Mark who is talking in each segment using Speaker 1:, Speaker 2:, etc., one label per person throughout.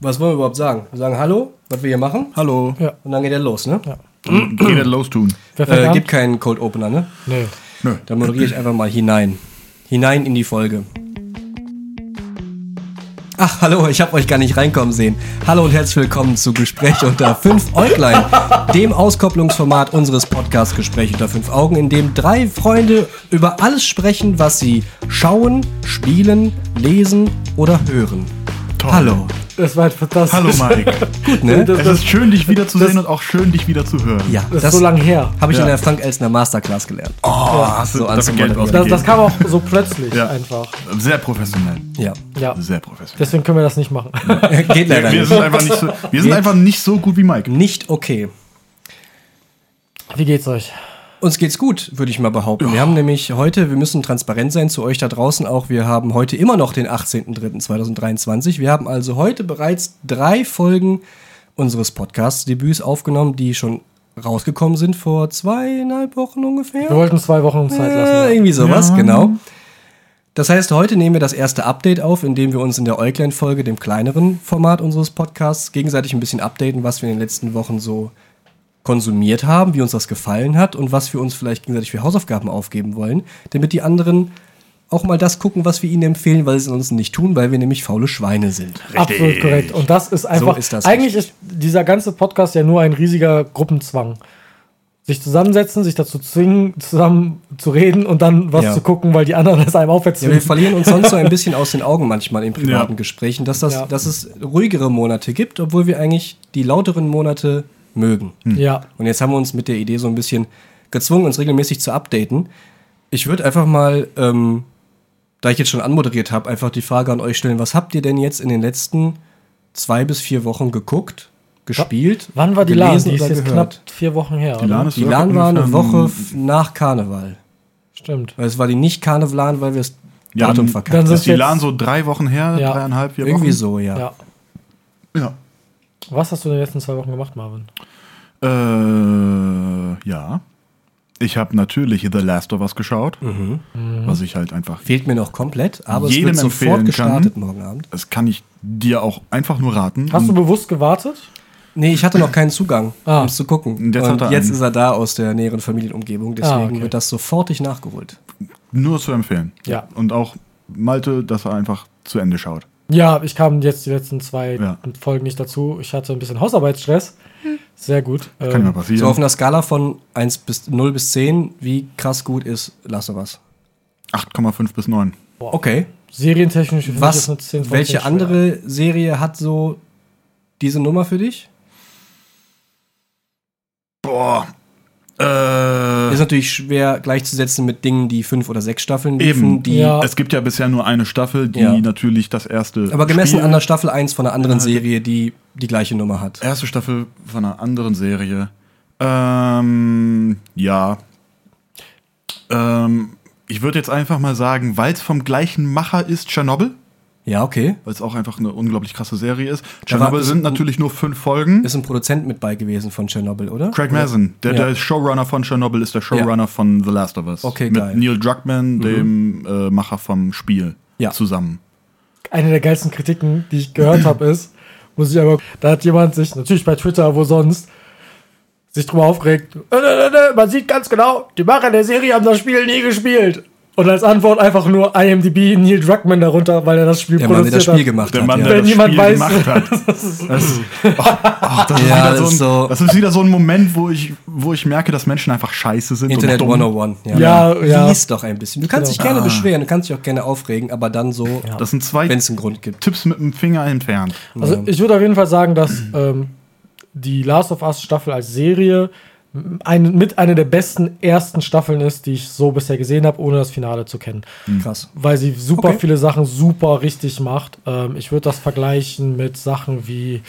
Speaker 1: was wollen wir überhaupt sagen? Wir sagen Hallo, was wir hier machen.
Speaker 2: Hallo.
Speaker 3: Ja.
Speaker 1: Und dann geht er los, ne?
Speaker 2: Geht das los tun?
Speaker 3: Wer fängt
Speaker 1: Äh,
Speaker 3: an?
Speaker 1: gibt keinen Cold Opener, ne?
Speaker 3: Nee.
Speaker 2: Nö.
Speaker 1: Dann moderiere ich einfach mal hinein. Hinein in die Folge. Ach, hallo, ich habe euch gar nicht reinkommen sehen. Hallo und herzlich willkommen zu Gespräch unter 5 Äuglein, dem Auskopplungsformat unseres Podcasts Gespräch unter 5 Augen, in dem drei Freunde über alles sprechen, was sie schauen, spielen, lesen oder hören.
Speaker 2: Toll.
Speaker 1: Hallo.
Speaker 3: Das war halt fantastisch.
Speaker 2: Hallo Mike.
Speaker 1: Gut, ne?
Speaker 3: Das,
Speaker 2: Es
Speaker 3: das,
Speaker 2: ist schön, dich wiederzusehen und auch schön, dich wieder zu hören.
Speaker 1: Ja,
Speaker 3: das ist so lange her.
Speaker 1: Habe ich
Speaker 2: Ja.
Speaker 1: in der Frank Elsner Masterclass gelernt.
Speaker 2: Oh, hast du
Speaker 1: So
Speaker 2: dafür
Speaker 1: anzumoderieren.
Speaker 2: Geld
Speaker 3: Das,
Speaker 2: ausgegeben?
Speaker 3: das kam auch so plötzlich
Speaker 2: Ja.
Speaker 3: einfach.
Speaker 2: Sehr professionell.
Speaker 1: Ja.
Speaker 3: Ja.
Speaker 2: Sehr professionell.
Speaker 3: Deswegen können wir das nicht machen.
Speaker 1: Geht leider
Speaker 2: Wir
Speaker 1: nicht.
Speaker 2: sind einfach nicht so, wir sind einfach nicht so gut wie Mike.
Speaker 1: Nicht okay.
Speaker 3: Wie geht's euch?
Speaker 1: Uns geht's gut, würde ich mal behaupten. Wir haben nämlich heute, wir müssen transparent sein zu euch da draußen auch, wir haben heute immer noch den 18.03.2023. Wir haben also heute bereits drei Folgen unseres Podcasts-Debüts aufgenommen, die schon rausgekommen sind vor zweieinhalb Wochen ungefähr.
Speaker 3: Wir wollten zwei Wochen uns Zeit
Speaker 1: Ja,
Speaker 3: lassen.
Speaker 1: Äh, irgendwie sowas, genau. Das heißt, heute nehmen wir das erste Update auf, indem wir uns in der Eugland-Folge, dem kleineren Format unseres Podcasts, gegenseitig ein bisschen updaten, was wir in den letzten Wochen so konsumiert haben, wie uns das gefallen hat und was wir uns vielleicht gegenseitig für Hausaufgaben aufgeben wollen, damit die anderen auch mal das gucken, was wir ihnen empfehlen, weil sie es uns nicht tun, weil wir nämlich faule Schweine sind.
Speaker 3: Absolut korrekt. Und das ist einfach.
Speaker 1: ist das
Speaker 3: eigentlich ist dieser ganze Podcast ja nur ein riesiger Gruppenzwang. Sich zusammensetzen, sich dazu zwingen, zusammen zu reden und dann was
Speaker 1: Ja.
Speaker 3: zu gucken, weil die anderen es einem
Speaker 1: Ja, wir
Speaker 3: aufwärts
Speaker 1: verlieren uns sonst so ein bisschen aus den Augen manchmal in privaten
Speaker 2: Ja.
Speaker 1: Gesprächen, dass, das,
Speaker 3: Ja.
Speaker 1: dass es ruhigere Monate gibt, obwohl wir eigentlich die lauteren Monate mögen.
Speaker 3: Ja.
Speaker 1: Und jetzt haben wir uns mit der Idee so ein bisschen gezwungen, uns regelmäßig zu updaten. Ich würde einfach mal, ähm, da ich jetzt schon anmoderiert habe, einfach die Frage an euch stellen, was habt ihr denn jetzt in den letzten zwei bis vier Wochen geguckt, gespielt?
Speaker 3: Wann war die LAN?
Speaker 1: gelesen
Speaker 3: Die ist
Speaker 1: oder
Speaker 3: jetzt
Speaker 1: gehört?
Speaker 3: knapp vier Wochen her. oder?
Speaker 2: LAN ist
Speaker 1: Die LAN war eine
Speaker 2: ungefähr
Speaker 1: Woche f- nach Karneval.
Speaker 3: Stimmt.
Speaker 1: Weil es war die nicht Karnevalan, weil wir das
Speaker 2: Ja,
Speaker 1: Datum
Speaker 2: dann-
Speaker 1: verkackt
Speaker 3: dann
Speaker 1: haben.
Speaker 3: sind-
Speaker 2: Ist die LAN so drei Wochen her?
Speaker 3: Ja.
Speaker 2: Dreieinhalb, vier
Speaker 1: Irgendwie
Speaker 2: Wochen?
Speaker 1: so, ja.
Speaker 3: Ja.
Speaker 2: Ja.
Speaker 3: Was hast du in den letzten zwei Wochen gemacht, Marvin?
Speaker 2: Äh, ja. Ich habe natürlich The Last of Us geschaut, was ich halt einfach.
Speaker 1: Fehlt mir noch komplett, aber es
Speaker 2: Jedem
Speaker 1: wird sofort
Speaker 2: empfehlen
Speaker 1: gestartet
Speaker 2: kann.
Speaker 1: morgen Abend.
Speaker 2: Das kann ich dir auch einfach nur raten.
Speaker 3: Hast
Speaker 1: Hm.
Speaker 3: du bewusst gewartet?
Speaker 1: Nee, ich hatte noch keinen Zugang,
Speaker 3: Ah.
Speaker 1: um es zu gucken. Und
Speaker 2: Und
Speaker 1: jetzt,
Speaker 2: jetzt hat er einen.
Speaker 1: ist er da aus der näheren Familienumgebung, deswegen
Speaker 3: Ah, okay.
Speaker 1: wird das sofortig nachgeholt.
Speaker 2: Nur zu empfehlen.
Speaker 3: Ja.
Speaker 2: Und auch Malte, dass er einfach zu Ende schaut.
Speaker 3: Ja, ich kam jetzt die letzten zwei
Speaker 2: Ja.
Speaker 3: Folgen nicht dazu. Ich hatte ein bisschen Hausarbeitsstress. Sehr gut.
Speaker 2: Kann ja
Speaker 3: Ähm,
Speaker 2: mal passieren.
Speaker 1: So auf einer Skala von 1 bis 0 bis 10, wie krass gut ist Lass doch was.
Speaker 2: 8,5 bis 9.
Speaker 1: Okay.
Speaker 3: serientechnisch finde ich
Speaker 1: Was,
Speaker 3: eine 10 von 10
Speaker 1: welche
Speaker 3: schwer.
Speaker 1: andere Serie hat so diese Nummer für dich?
Speaker 2: Boah. Äh,
Speaker 1: Ist natürlich schwer gleichzusetzen mit Dingen, die fünf oder sechs Staffeln liefen,
Speaker 2: Eben.
Speaker 1: die
Speaker 3: Ja.
Speaker 2: es gibt ja bisher nur eine Staffel, die
Speaker 1: Ja.
Speaker 2: natürlich das erste.
Speaker 1: aber gemessen
Speaker 2: Spiel-
Speaker 1: an der Staffel 1 von einer anderen Serie, die die gleiche Nummer hat.
Speaker 2: Erste Staffel von einer anderen Serie. Ähm, ja. Ähm, ich würde jetzt einfach mal sagen, weil es vom gleichen Macher ist, Tschernobyl,
Speaker 1: Ja, okay.
Speaker 2: weil es auch einfach eine unglaublich krasse Serie ist.
Speaker 1: Da war-
Speaker 2: Tschernobyl
Speaker 1: ist-
Speaker 2: sind natürlich nur fünf Folgen.
Speaker 1: Ist ein Produzent mit bei gewesen von Chernobyl, oder?
Speaker 2: Craig Mazin, der,
Speaker 1: Ja.
Speaker 2: der Showrunner von Chernobyl, ist der Showrunner von The Last of Us.
Speaker 1: Okay,
Speaker 2: Mit
Speaker 1: geil. Mhm.
Speaker 2: Neil Druckmann, dem äh, Macher vom Spiel,
Speaker 1: Ja.
Speaker 2: zusammen.
Speaker 3: Eine der geilsten Kritiken, die ich gehört habe, ist, muss ich aber, da hat jemand sich, natürlich bei Twitter, wo sonst, sich drüber aufgeregt. "Äh, äh, äh, äh, Man sieht ganz genau, die Macher der Serie haben das Spiel nie gespielt. Und als Antwort einfach nur IMDb Neil Druckmann darunter, weil er das Spiel
Speaker 1: Der Mann, der
Speaker 3: produziert
Speaker 1: das Spiel
Speaker 3: hat.
Speaker 1: gemacht
Speaker 2: Der
Speaker 1: hat.
Speaker 2: Mann,
Speaker 1: ja.
Speaker 2: der
Speaker 3: Wenn
Speaker 2: das
Speaker 3: jemand
Speaker 2: Spiel
Speaker 3: weiß-
Speaker 2: gemacht hat. Das ist, ach, ach, das, ist
Speaker 1: Ja,
Speaker 2: wieder
Speaker 1: das
Speaker 2: so ein,
Speaker 1: ist so-
Speaker 2: das ist wieder so ein Moment, wo ich, wo ich merke, dass Menschen einfach scheiße sind
Speaker 1: Internet
Speaker 2: und dumm.
Speaker 1: 101.
Speaker 3: Ja, ja. Genau.
Speaker 1: Lies doch ein bisschen. Du kannst dich gerne beschweren, du kannst dich auch gerne aufregen, aber dann so,
Speaker 2: Das sind zwei
Speaker 1: wenn es einen Grund gibt.
Speaker 2: Tipps mit dem Finger entfernt.
Speaker 3: Also ich würde auf jeden Fall sagen, dass ähm, die Last of Us Staffel als Serie ein, mit einer der besten ersten Staffeln ist, die ich so bisher gesehen habe, ohne das Finale zu kennen.
Speaker 1: Krass.
Speaker 3: Weil sie
Speaker 1: Mhm.
Speaker 3: super
Speaker 1: Okay.
Speaker 3: viele Sachen super richtig macht. Ähm, ich würde das vergleichen mit Sachen wie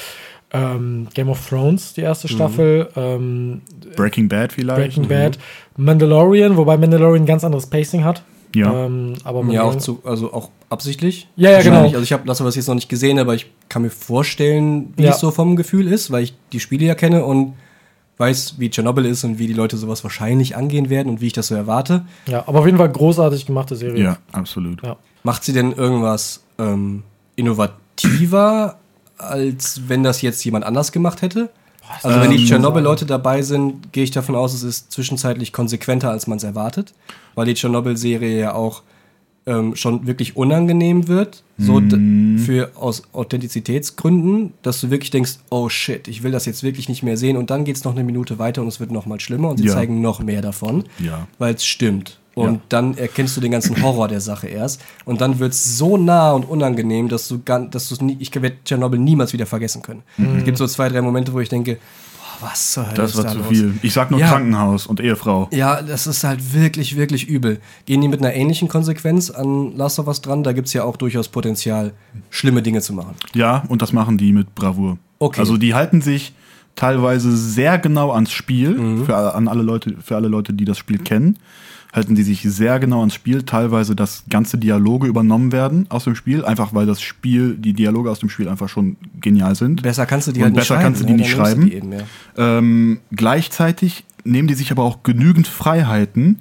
Speaker 3: ähm, Game of Thrones, die erste
Speaker 1: Mhm.
Speaker 3: Staffel, ähm,
Speaker 2: Breaking Bad vielleicht.
Speaker 3: Breaking Bad, Mandalorian, wobei Mandalorian ein ganz anderes Pacing hat.
Speaker 2: Ja.
Speaker 3: Ähm, aber
Speaker 1: Ja, auch
Speaker 3: Mandalorian-
Speaker 1: zu, also auch absichtlich.
Speaker 3: Ja, ja,
Speaker 1: Wahrscheinlich.
Speaker 3: genau.
Speaker 1: Also ich habe Lass was jetzt noch nicht gesehen, aber ich kann mir vorstellen, wie
Speaker 3: Ja.
Speaker 1: es so vom Gefühl ist, weil ich die Spiele ja kenne und weiß, wie Tschernobyl ist und wie die Leute sowas wahrscheinlich angehen werden und wie ich das so erwarte.
Speaker 3: ja, aber auf jeden Fall großartig gemachte Serie.
Speaker 2: Ja, absolut.
Speaker 3: Ja.
Speaker 1: Macht sie denn irgendwas ähm, innovativer als wenn das jetzt jemand anders gemacht hätte. Also wenn die Tschernobyl-Leute dabei sind, gehe ich davon aus, es ist zwischenzeitlich konsequenter, als man es erwartet, weil die Tschernobyl-Serie ja auch ähm, schon wirklich unangenehm wird, so d- für aus Authentizitätsgründen, dass du wirklich denkst, oh shit, ich will das jetzt wirklich nicht mehr sehen und dann geht es noch eine Minute weiter und es wird noch mal schlimmer und sie
Speaker 2: Ja.
Speaker 1: zeigen noch mehr davon,
Speaker 2: Ja.
Speaker 1: weil es stimmt. Und
Speaker 2: Ja.
Speaker 1: dann erkennst du den ganzen Horror der Sache erst. Und dann wird es so nah und unangenehm, dass du gan- dass du nie, ich werde Tschernobyl niemals wieder vergessen können. Es gibt so zwei, drei Momente, wo ich denke, boah, was zur Hölle
Speaker 2: Mhm. Das
Speaker 1: ist halt
Speaker 2: war
Speaker 1: da
Speaker 2: zu
Speaker 1: los?
Speaker 2: viel. Ich sag nur
Speaker 1: Ja.
Speaker 2: Krankenhaus und Ehefrau.
Speaker 1: Ja, das ist halt wirklich, wirklich übel. Gehen die mit einer ähnlichen Konsequenz an Last of Us dran? Da gibt's ja auch durchaus Potenzial, schlimme Dinge zu machen.
Speaker 2: Ja, und das machen die mit Bravour.
Speaker 1: Okay.
Speaker 2: Also die halten sich teilweise sehr genau ans Spiel, für, alle- an alle Leute, für alle Leute, die das Spiel kennen, halten die sich sehr genau ans Spiel, teilweise dass ganze Dialoge übernommen werden aus dem Spiel, einfach weil das Spiel, die Dialoge aus dem Spiel einfach schon genial sind.
Speaker 1: Besser kannst du die
Speaker 2: Und
Speaker 1: halt nicht
Speaker 2: besser
Speaker 1: schreiben.
Speaker 2: kannst du die
Speaker 1: ne? Dann
Speaker 2: nicht
Speaker 1: nimmst
Speaker 2: schreiben.
Speaker 1: Die eben, ja.
Speaker 2: Ähm, gleichzeitig nehmen die sich aber auch genügend Freiheiten,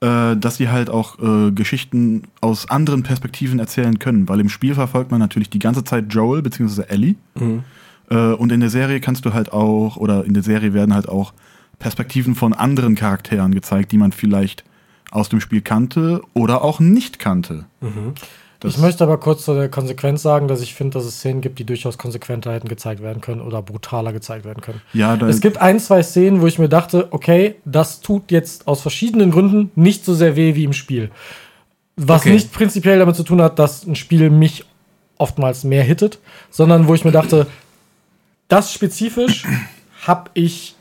Speaker 2: äh, dass sie halt auch äh, Geschichten aus anderen Perspektiven erzählen können. Weil im Spiel verfolgt man natürlich die ganze Zeit Joel bzw. Ellie. Äh, und in der Serie kannst du halt auch, oder in der Serie werden halt auch Perspektiven von anderen Charakteren gezeigt, die man vielleicht aus dem Spiel kannte oder auch nicht kannte.
Speaker 3: Ich möchte aber kurz zu der Konsequenz sagen, dass ich finde, dass es Szenen gibt, die durchaus konsequenter hätten gezeigt werden können oder brutaler gezeigt werden können.
Speaker 2: Ja, da-
Speaker 3: es gibt ein, zwei Szenen, wo ich mir dachte, okay, das tut jetzt aus verschiedenen Gründen nicht so sehr weh wie im Spiel. Was
Speaker 1: Okay.
Speaker 3: nicht prinzipiell damit zu tun hat, dass ein Spiel mich oftmals mehr hittet, sondern wo ich mir dachte, das spezifisch habe ich.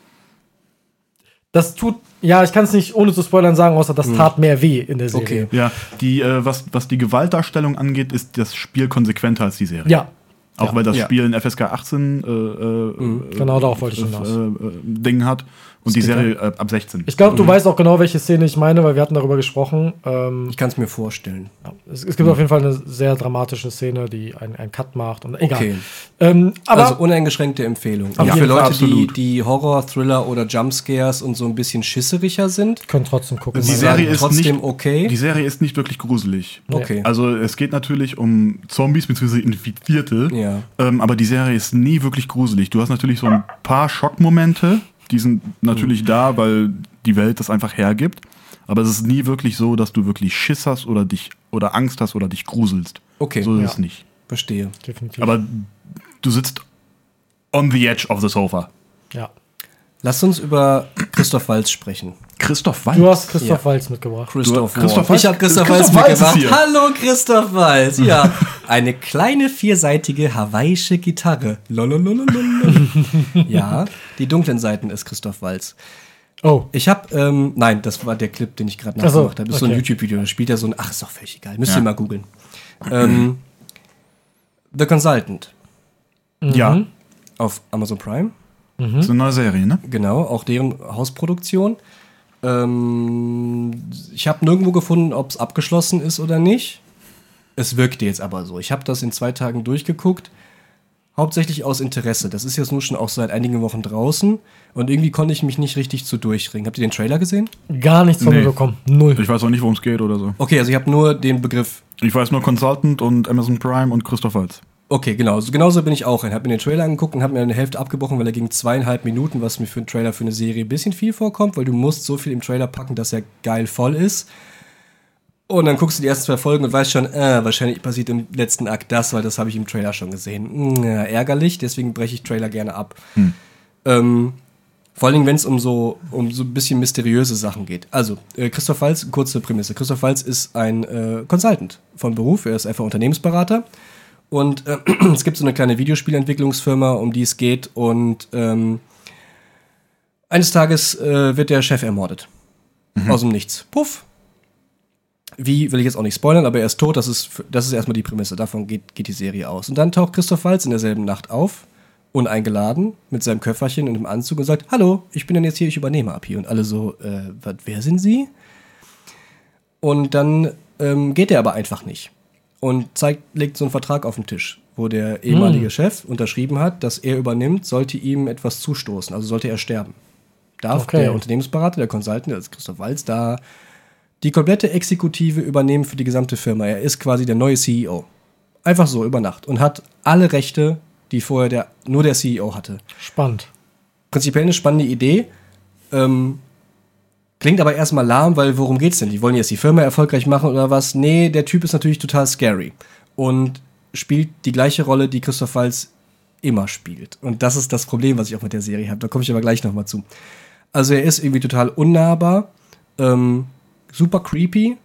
Speaker 3: Das tut, ja, ich kann es nicht ohne zu spoilern sagen, außer das tat mehr weh in der Serie.
Speaker 1: Okay.
Speaker 2: Ja, die, äh, was, was die Gewaltdarstellung angeht, ist das Spiel konsequenter als die Serie.
Speaker 3: Ja,
Speaker 2: Auch weil das
Speaker 1: Ja.
Speaker 2: Spiel ein FSK 18 äh, äh,
Speaker 3: genau darauf wollte ich
Speaker 2: äh,
Speaker 3: hinaus.
Speaker 2: äh, Ding hat und die
Speaker 3: Sticker.
Speaker 2: Serie äh, ab 16.
Speaker 3: Ich
Speaker 1: Mhm.
Speaker 3: glaube, du weißt auch genau, welche Szene ich meine, weil wir hatten darüber gesprochen. Ähm,
Speaker 1: Ich kann's mir vorstellen.
Speaker 3: es,
Speaker 1: Mhm.
Speaker 3: es gibt auf jeden Fall eine sehr dramatische Szene, die einen, einen Cut macht und egal.
Speaker 1: Okay.
Speaker 3: Ähm, aber
Speaker 1: also uneingeschränkte Empfehlung.
Speaker 3: Auf
Speaker 1: Auch für
Speaker 3: jeden Fall,
Speaker 1: Leute, die,
Speaker 2: absolut.
Speaker 1: die Horror, Thriller oder Jumpscares und so ein bisschen schisseriger sind.
Speaker 3: können trotzdem gucken.
Speaker 2: die
Speaker 3: meine
Speaker 1: Serie
Speaker 2: Serie
Speaker 1: sagen,
Speaker 2: ist
Speaker 1: trotzdem
Speaker 2: nicht,
Speaker 1: okay?
Speaker 2: Die Serie ist nicht wirklich gruselig.
Speaker 1: Okay.
Speaker 2: Also es geht natürlich um Zombies bzw. Infizierte,
Speaker 1: Ja.
Speaker 2: ähm, aber die Serie ist nie wirklich gruselig. Du hast natürlich so ein paar Schockmomente, die sind natürlich da, weil die Welt das einfach hergibt. Aber es ist nie wirklich so, dass du wirklich Schiss hast oder dich oder Angst hast oder dich gruselst.
Speaker 1: Okay.
Speaker 2: So ist
Speaker 3: Ja.
Speaker 2: es nicht.
Speaker 1: Verstehe.
Speaker 3: Definitiv.
Speaker 2: Hm. Aber du sitzt on the edge of the sofa.
Speaker 3: ja.
Speaker 1: Lasst uns über Christoph Walz sprechen.
Speaker 2: Christoph Waltz.
Speaker 3: Du hast Christoph
Speaker 1: Ja.
Speaker 3: Walz mitgebracht.
Speaker 1: Christoph,
Speaker 2: Du- Christoph
Speaker 1: Waltz. Ich habe Christoph Walz
Speaker 2: Christoph Waltz ist
Speaker 1: mitgebracht.
Speaker 2: hier.
Speaker 1: Hallo Christoph Walz. Ja, eine kleine vierseitige hawaiische Gitarre. Lololololol. ja, die dunklen Seiten ist Christoph Walz.
Speaker 3: Oh,
Speaker 1: Ich habe, ähm, nein, das war der Clip, den ich gerade
Speaker 3: Ach so,
Speaker 1: nachgemacht habe. Das ist so ein
Speaker 3: okay.
Speaker 1: YouTube-Video, da spielt er so ein, ach, ist doch völlig egal, müsst
Speaker 2: Ja.
Speaker 1: ihr mal googeln. Ähm, The Consultant
Speaker 2: Ja,
Speaker 3: Mhm.
Speaker 1: auf Amazon Prime.
Speaker 2: ist eine neue Serie, ne?
Speaker 1: Genau, auch deren Hausproduktion. Ähm, ich habe nirgendwo gefunden, ob es abgeschlossen ist oder nicht. Es wirkte jetzt aber so. Ich habe das in zwei Tagen durchgeguckt. Hauptsächlich aus Interesse. Das ist jetzt nur schon auch seit einigen Wochen draußen. Und irgendwie konnte ich mich nicht richtig zu durchringen. Habt ihr den Trailer gesehen?
Speaker 3: gar nichts von
Speaker 2: Nee.
Speaker 3: mir bekommen. Null.
Speaker 2: Ich weiß auch nicht, worum es geht oder so.
Speaker 1: Okay, also ich habe nur den Begriff
Speaker 2: Ich weiß nur Consultant und Amazon Prime und Christoph Waltz.
Speaker 1: Okay, genau. So- Genauso bin ich auch. Ich habe mir den Trailer angeguckt und habe mir eine Hälfte abgebrochen, weil er ging zweieinhalb Minuten, was mir für einen Trailer für eine Serie ein bisschen viel vorkommt, weil du musst so viel im Trailer packen, dass er geil voll ist. Und dann guckst du die ersten zwei Folgen und weißt schon, äh, wahrscheinlich passiert im letzten Akt das, weil das habe ich im Trailer schon gesehen. Hm, ja, ärgerlich, deswegen breche ich Trailer gerne ab. Ähm, vor allen Dingen, wenn es um so, um so ein bisschen mysteriöse Sachen geht. Also, äh, Christoph Walz, kurze Prämisse. Christoph Walz ist ein äh, Consultant von Beruf, er ist einfach Unternehmensberater. Und äh, es gibt so eine kleine Videospielentwicklungsfirma, um die es geht. Und ähm, eines Tages äh, wird der Chef ermordet. Aus dem Nichts. Puff. Wie will ich jetzt auch nicht spoilern, aber er ist tot. Das ist, f- das ist erstmal die Prämisse. Davon geht, geht die Serie aus. Und dann taucht Christoph Walz in derselben Nacht auf, uneingeladen, mit seinem Köfferchen und einem Anzug und sagt: Hallo, ich bin dann jetzt hier, ich übernehme ab hier. Und alle so: äh, wat- Wer sind Sie? Und dann ähm, geht er aber einfach nicht. Und zeigt, legt so einen Vertrag auf den Tisch, wo der ehemalige Chef unterschrieben hat, dass er übernimmt, sollte ihm etwas zustoßen, also sollte er sterben. Darf
Speaker 3: Okay.
Speaker 1: der Unternehmensberater, der Consultant, das ist Christoph Walz, da die komplette Exekutive übernehmen E für die gesamte Firma. Er ist quasi der neue CEO. Einfach so über Nacht und hat alle Rechte, die vorher der, nur der CEO hatte.
Speaker 3: Spannend.
Speaker 1: Prinzipiell eine spannende Idee. Ähm, klingt aber erstmal lahm, weil worum geht's denn? Die wollen jetzt die Firma erfolgreich machen oder was? Nee, der Typ ist natürlich total scary und spielt die gleiche Rolle, die Christoph Walz immer spielt. Und das ist das Problem, was ich auch mit der Serie habe. Da komme ich aber gleich nochmal zu. Also er ist irgendwie total unnahbar, ähm, super creepy,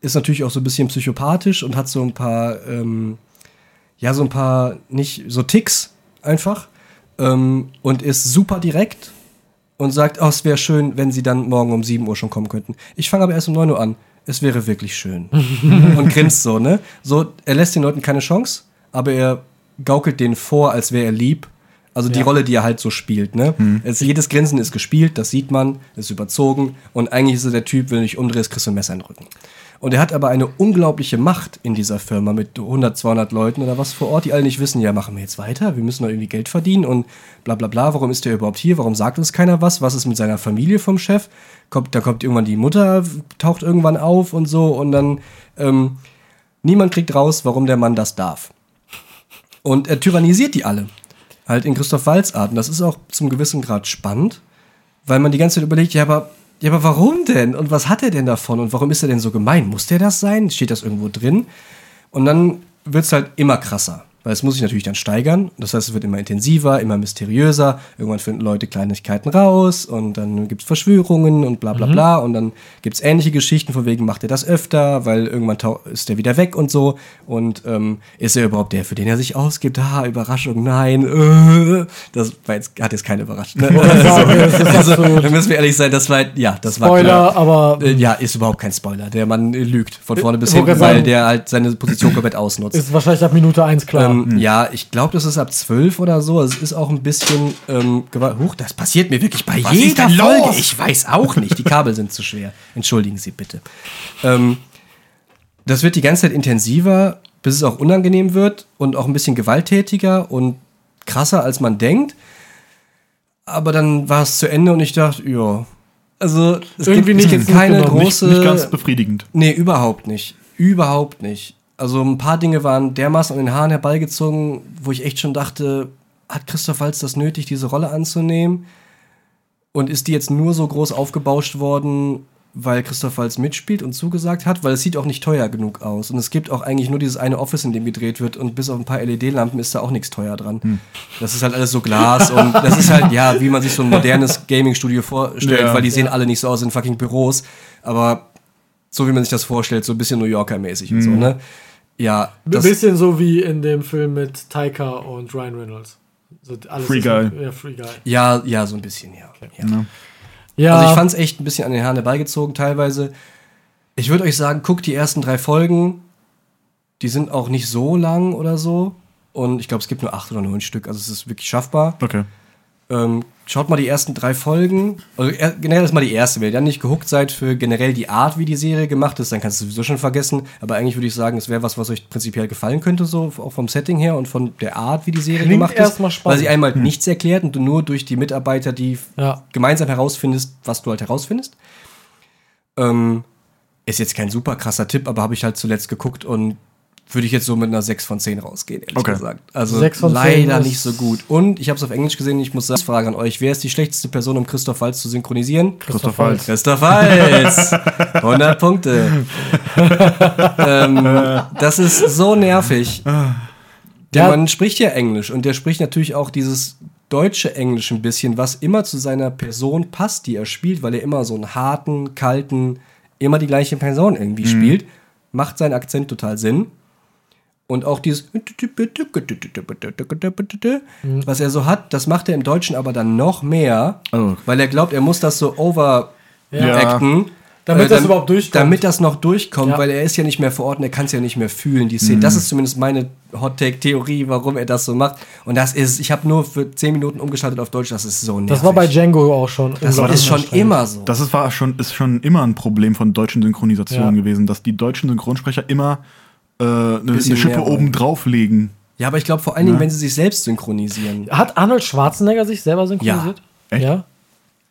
Speaker 1: ist natürlich auch so ein bisschen psychopathisch und hat so ein paar, ähm, ja, so ein paar, nicht, so Ticks einfach. Ähm, und ist super direkt und sagt, oh, es wäre schön, wenn sie dann morgen um 7 Uhr schon kommen könnten. Ich fange aber erst um 9 Uhr an. Es wäre wirklich schön. und grinst so, ne? So, er lässt den Leuten keine Chance, aber er gaukelt denen vor, als wäre er lieb. Also die
Speaker 3: Ja.
Speaker 1: Rolle, die er halt so spielt, ne? Es, jedes Grinsen ist gespielt, das sieht man, ist überzogen und eigentlich ist er der Typ, wenn du dich umdrehst, kriegst du ein Messer in den Rücken. Und er hat aber eine unglaubliche Macht in dieser Firma mit 100, 200 Leuten oder was vor Ort, die alle nicht wissen, ja, machen wir jetzt weiter, wir müssen doch irgendwie Geld verdienen und bla bla bla, warum ist der überhaupt hier, warum sagt uns keiner was, was ist mit seiner Familie vom Chef, kommt, da kommt irgendwann die Mutter, taucht irgendwann auf und so und dann, ähm, niemand kriegt raus, warum der Mann das darf. Und er tyrannisiert die alle. Halt in Christoph Walz Art. Und das ist auch zum gewissen Grad spannend, weil man die ganze Zeit überlegt, ja, aber, ja, aber warum denn? Und was hat er denn davon? Und warum ist er denn so gemein? Muss der das sein? Steht das irgendwo drin? Und dann wird es halt immer krasser. Weil es muss sich natürlich dann steigern. Das heißt, es wird immer intensiver, immer mysteriöser. Irgendwann finden Leute Kleinigkeiten raus und dann gibt es Verschwörungen und bla bla bla. Und dann gibt es ähnliche Geschichten, von wegen macht er das öfter, weil irgendwann tau- ist er wieder weg und so. Und ähm, ist er überhaupt der, für den er sich ausgibt? Ha, Überraschung, nein. Äh. Das war jetzt, hat jetzt keine Überraschung. Ne? also, da müssen wir ehrlich sein, das war, ja, das war
Speaker 3: Spoiler, aber
Speaker 1: äh, Ja, ist überhaupt kein Spoiler. Der Mann äh, lügt von vorne bis
Speaker 3: Ich wollte
Speaker 1: hinten,
Speaker 3: gerade
Speaker 1: weil
Speaker 3: sagen-
Speaker 1: der halt seine Position komplett ausnutzt.
Speaker 3: ist wahrscheinlich ab Minute 1 klar.
Speaker 1: ähm,
Speaker 2: Hm.
Speaker 1: Ja, ich glaube, das ist ab 12 oder so. Es ist auch ein bisschen ähm, gewalt. Huch, das passiert mir wirklich bei
Speaker 2: Was ist
Speaker 1: jeder
Speaker 2: denn
Speaker 1: Folge.
Speaker 2: los?
Speaker 1: Ich weiß auch nicht. Die Kabel sind zu schwer. Entschuldigen Sie bitte. Ähm, das wird die ganze Zeit intensiver, bis es auch unangenehm wird und auch ein bisschen gewalttätiger und krasser, als man denkt. Aber dann war es zu Ende und ich dachte, ja. Also, es
Speaker 3: Irgendwie
Speaker 1: gibt,
Speaker 3: nicht
Speaker 1: es gibt
Speaker 3: ins
Speaker 1: keine
Speaker 3: mitgenommen.
Speaker 1: große.
Speaker 2: nicht, nicht ganz befriedigend.
Speaker 1: Nee, überhaupt nicht. Überhaupt nicht. Also ein paar Dinge waren dermaßen an den Haaren herbeigezogen, wo ich echt schon dachte, hat Christoph Walz das nötig, diese Rolle anzunehmen? Und ist die jetzt nur so groß aufgebauscht worden, weil Christoph Walz mitspielt und zugesagt hat? Weil es sieht auch nicht teuer genug aus. Und es gibt auch eigentlich nur dieses eine Office, in dem gedreht wird. Und bis auf ein paar LED-Lampen ist da auch nichts teuer dran.
Speaker 2: Hm.
Speaker 1: Das ist halt alles so Glas. und das ist halt, ja, wie man sich so ein modernes Gaming-Studio vorstellt,
Speaker 2: Ja.
Speaker 1: weil die sehen alle nicht so aus in fucking Büros. Aber so wie man sich das vorstellt, so ein bisschen New Yorker-mäßig und so, ne? Ja,
Speaker 3: Ein
Speaker 1: das,
Speaker 3: bisschen so wie in dem Film mit Taika und Ryan Reynolds. So alles
Speaker 2: Free
Speaker 3: ist-
Speaker 2: Guy.
Speaker 3: Ja, Free Guy.
Speaker 1: ja, ja, so ein bisschen, ja. ja.
Speaker 3: Ja,
Speaker 1: Also ich fand es echt ein bisschen an den Haaren herbeigezogen teilweise. Ich würde euch sagen, guckt die ersten drei Folgen. Die sind auch nicht so lang oder so. Und ich glaube, es gibt nur acht oder neun Stück. Also es ist wirklich schaffbar.
Speaker 2: Okay.
Speaker 1: Ähm, schaut mal die ersten drei Folgen. Also er, generell ist mal die erste. Wenn ihr dann nicht gehuckt seid für generell die Art, wie die Serie gemacht ist, dann kannst du sowieso schon vergessen. Aber eigentlich würde ich sagen, es wäre was, was euch prinzipiell gefallen könnte, so auch vom Setting her und von der Art, wie die Serie
Speaker 3: Klingt
Speaker 1: gemacht ist.
Speaker 3: erstmal spannend.
Speaker 1: Weil
Speaker 3: Hm.
Speaker 1: sie einmal nichts erklärt und du nur durch die Mitarbeiter, die
Speaker 3: Ja.
Speaker 1: gemeinsam herausfindest, was du halt herausfindest. Ähm, ist jetzt kein super krasser Tipp, aber habe ich halt zuletzt geguckt und würde ich jetzt so mit einer 6 von 10 rausgehen, ehrlich
Speaker 2: Okay.
Speaker 1: gesagt. Also
Speaker 3: Sechs von zehn
Speaker 1: leider
Speaker 3: ist-
Speaker 1: nicht so gut. Und ich habe es auf Englisch gesehen, ich muss sagen, Frage an euch, wer ist die schlechteste Person, um Christoph Walz zu synchronisieren?
Speaker 2: Christoph
Speaker 3: Waltz.
Speaker 2: Waltz.
Speaker 1: Christoph Walz! 100 Punkte. ähm, das ist so nervig. Der
Speaker 3: Ja.
Speaker 1: Mann spricht ja Englisch und der spricht natürlich auch dieses deutsche Englisch ein bisschen, was immer zu seiner Person passt, die er spielt, weil er immer so einen harten, kalten, immer die gleiche Person irgendwie
Speaker 3: Mhm.
Speaker 1: spielt. Macht sein Akzent total Sinn. Und auch dieses,
Speaker 3: Mhm.
Speaker 1: was er so hat, das macht er im Deutschen aber dann noch mehr,
Speaker 2: Oh.
Speaker 1: weil er glaubt, er muss das so over
Speaker 2: Ja.
Speaker 1: acten.
Speaker 3: Damit das
Speaker 1: dam-
Speaker 3: überhaupt durchkommt.
Speaker 1: Damit das noch durchkommt,
Speaker 3: Ja.
Speaker 1: weil er ist ja nicht mehr vor Ort und er kann es ja nicht mehr fühlen, die Szene. Das ist zumindest meine Hot-Take-Theorie, warum er das so macht. Und das ist, ich habe nur für 10 Minuten umgeschaltet auf Deutsch, das ist so nervig.
Speaker 3: das war bei Django auch schon.
Speaker 1: Das
Speaker 3: unglaublich
Speaker 1: ist schon
Speaker 3: anstrengend.
Speaker 1: immer so.
Speaker 2: Das ist, war schon, ist schon immer ein Problem von deutschen Synchronisationen
Speaker 3: Ja.
Speaker 2: gewesen, dass die deutschen Synchronsprecher immer äh, eine, eine
Speaker 1: Bisschen
Speaker 2: Schippe
Speaker 1: mehr
Speaker 2: oben
Speaker 1: wollen.
Speaker 2: drauf legen.
Speaker 1: Ja, aber ich glaube vor allen Dingen, wenn sie sich selbst synchronisieren.
Speaker 3: Hat Arnold Schwarzenegger sich selber synchronisiert?
Speaker 2: Echt?
Speaker 3: Ja.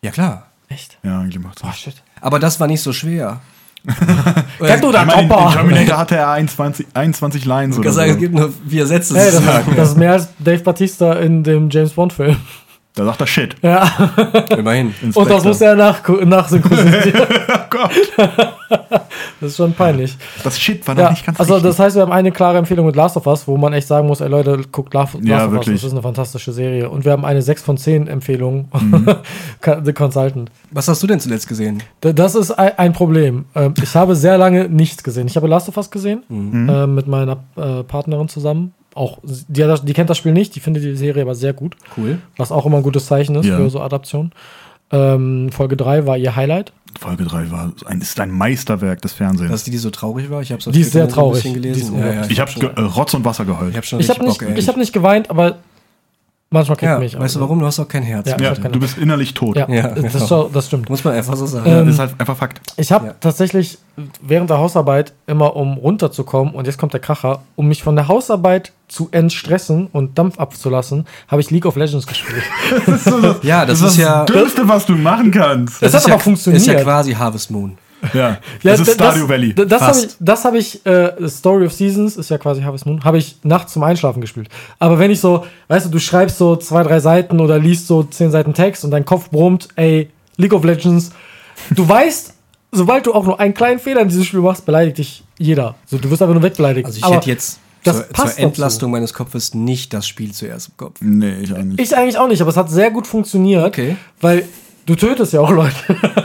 Speaker 1: Ja, klar.
Speaker 3: Echt?
Speaker 2: Ja, gemacht.
Speaker 3: Ah, shit.
Speaker 1: Aber das war nicht so schwer.
Speaker 3: Kann du da
Speaker 2: Ich meine, in, in
Speaker 3: Topper?
Speaker 2: Terminator hatte er 21, 21 Lines
Speaker 1: Ich
Speaker 2: oder
Speaker 1: kann
Speaker 2: so.
Speaker 1: sagen, es gibt nur vier Sätze
Speaker 3: Hey, das,
Speaker 1: sozusagen.
Speaker 3: ist, das ist mehr als Dave Batista in dem James Bond-Film.
Speaker 2: Da sagt er Shit.
Speaker 3: Ja.
Speaker 1: Immerhin.
Speaker 3: Und das
Speaker 2: Inspector.
Speaker 3: muss er nach, nachsynchronisieren.
Speaker 2: Oh Gott.
Speaker 3: Das ist schon peinlich.
Speaker 2: Das Shit war noch
Speaker 3: Ja,
Speaker 2: nicht ganz
Speaker 3: also
Speaker 2: richtig.
Speaker 3: das heißt, wir haben eine klare Empfehlung mit Last of Us, wo man echt sagen muss, ey Leute, guckt La Last
Speaker 2: Ja,
Speaker 3: of Us,
Speaker 2: wirklich.
Speaker 3: das ist eine fantastische Serie. Und wir haben eine 6 von 10 Empfehlung,
Speaker 2: Mhm.
Speaker 3: The Consultant.
Speaker 1: Was hast du denn zuletzt gesehen?
Speaker 3: D- Das ist ei- ein Problem. Ähm, Ich habe sehr lange nichts gesehen. Ich habe Last of Us gesehen,
Speaker 1: Mhm.
Speaker 3: äh, mit meiner äh, Partnerin zusammen. Auch, sie- die, hat das- die kennt das Spiel nicht, die findet die Serie aber sehr gut.
Speaker 1: Cool.
Speaker 3: Was auch immer ein gutes Zeichen ist
Speaker 2: Ja.
Speaker 3: für so Adaptionen. Ähm, Folge 3 war ihr Highlight.
Speaker 2: Folge 3 war ein, ist ein Meisterwerk des Fernsehens.
Speaker 1: Dass die, die so traurig war? Ich hab's auf
Speaker 3: Die ist
Speaker 1: Twitter
Speaker 3: sehr
Speaker 1: so ein bisschen
Speaker 3: traurig. Die ist
Speaker 1: gelesen.
Speaker 3: unglaublich.
Speaker 2: ich habe
Speaker 1: hab schon,
Speaker 2: äh, Rotz und Wasser geheult.
Speaker 1: ich hab schon
Speaker 3: Ich habe
Speaker 1: richtig
Speaker 3: nicht,
Speaker 1: Bock, ey.
Speaker 3: ich hab nicht geweint, aber manchmal kriegt
Speaker 1: ja,
Speaker 3: mich.
Speaker 1: Weißt du warum? Du hast auch kein Herz.
Speaker 3: Ja.
Speaker 2: Ja,
Speaker 3: hab keine-
Speaker 2: du bist innerlich tot.
Speaker 3: Ja,
Speaker 1: Ja,
Speaker 3: das,
Speaker 1: genau.
Speaker 3: so- das stimmt.
Speaker 1: Muss man einfach so sagen.
Speaker 2: Das ist halt einfach Fakt.
Speaker 3: Ich habe
Speaker 1: Ja.
Speaker 3: tatsächlich während der Hausarbeit immer, um runterzukommen, und jetzt kommt der Kracher, um mich von der Hausarbeit zu entstressen und Dampf abzulassen, habe ich League of Legends gespielt.
Speaker 2: Das ist so das,
Speaker 1: Ja, das ist ja-
Speaker 2: Dümmste, was du machen kannst.
Speaker 3: Das, hat
Speaker 1: ist
Speaker 3: aber
Speaker 1: ja,
Speaker 3: funktioniert.
Speaker 1: Ist ja quasi Harvest Moon.
Speaker 2: Ja,
Speaker 3: Ja,
Speaker 2: das ist
Speaker 3: d-
Speaker 2: Stadio Valley.
Speaker 3: d- Das habe
Speaker 1: Fast.
Speaker 3: ich, das habe ich äh, Story of Seasons ist ja quasi Harvest Moon, habe ich nachts zum Einschlafen gespielt. Aber wenn ich so, weißt du, du schreibst so zwei, drei Seiten oder liest so zehn Seiten Text und dein Kopf brummt, ey, League of Legends, du weißt, sobald du auch nur einen kleinen Fehler in diesem Spiel machst, beleidigt dich jeder. So, du wirst einfach nur wegbeleidigt.
Speaker 1: Also ich
Speaker 3: Aber
Speaker 1: hätte jetzt
Speaker 3: das
Speaker 1: zur,
Speaker 3: passt
Speaker 1: zur Entlastung meines Kopfes nicht das Spiel zuerst im Kopf.
Speaker 2: nee, ich auch nicht.
Speaker 3: Ich eigentlich auch nicht, aber es hat sehr gut funktioniert,
Speaker 1: Okay.
Speaker 3: weil du tötest ja auch Leute.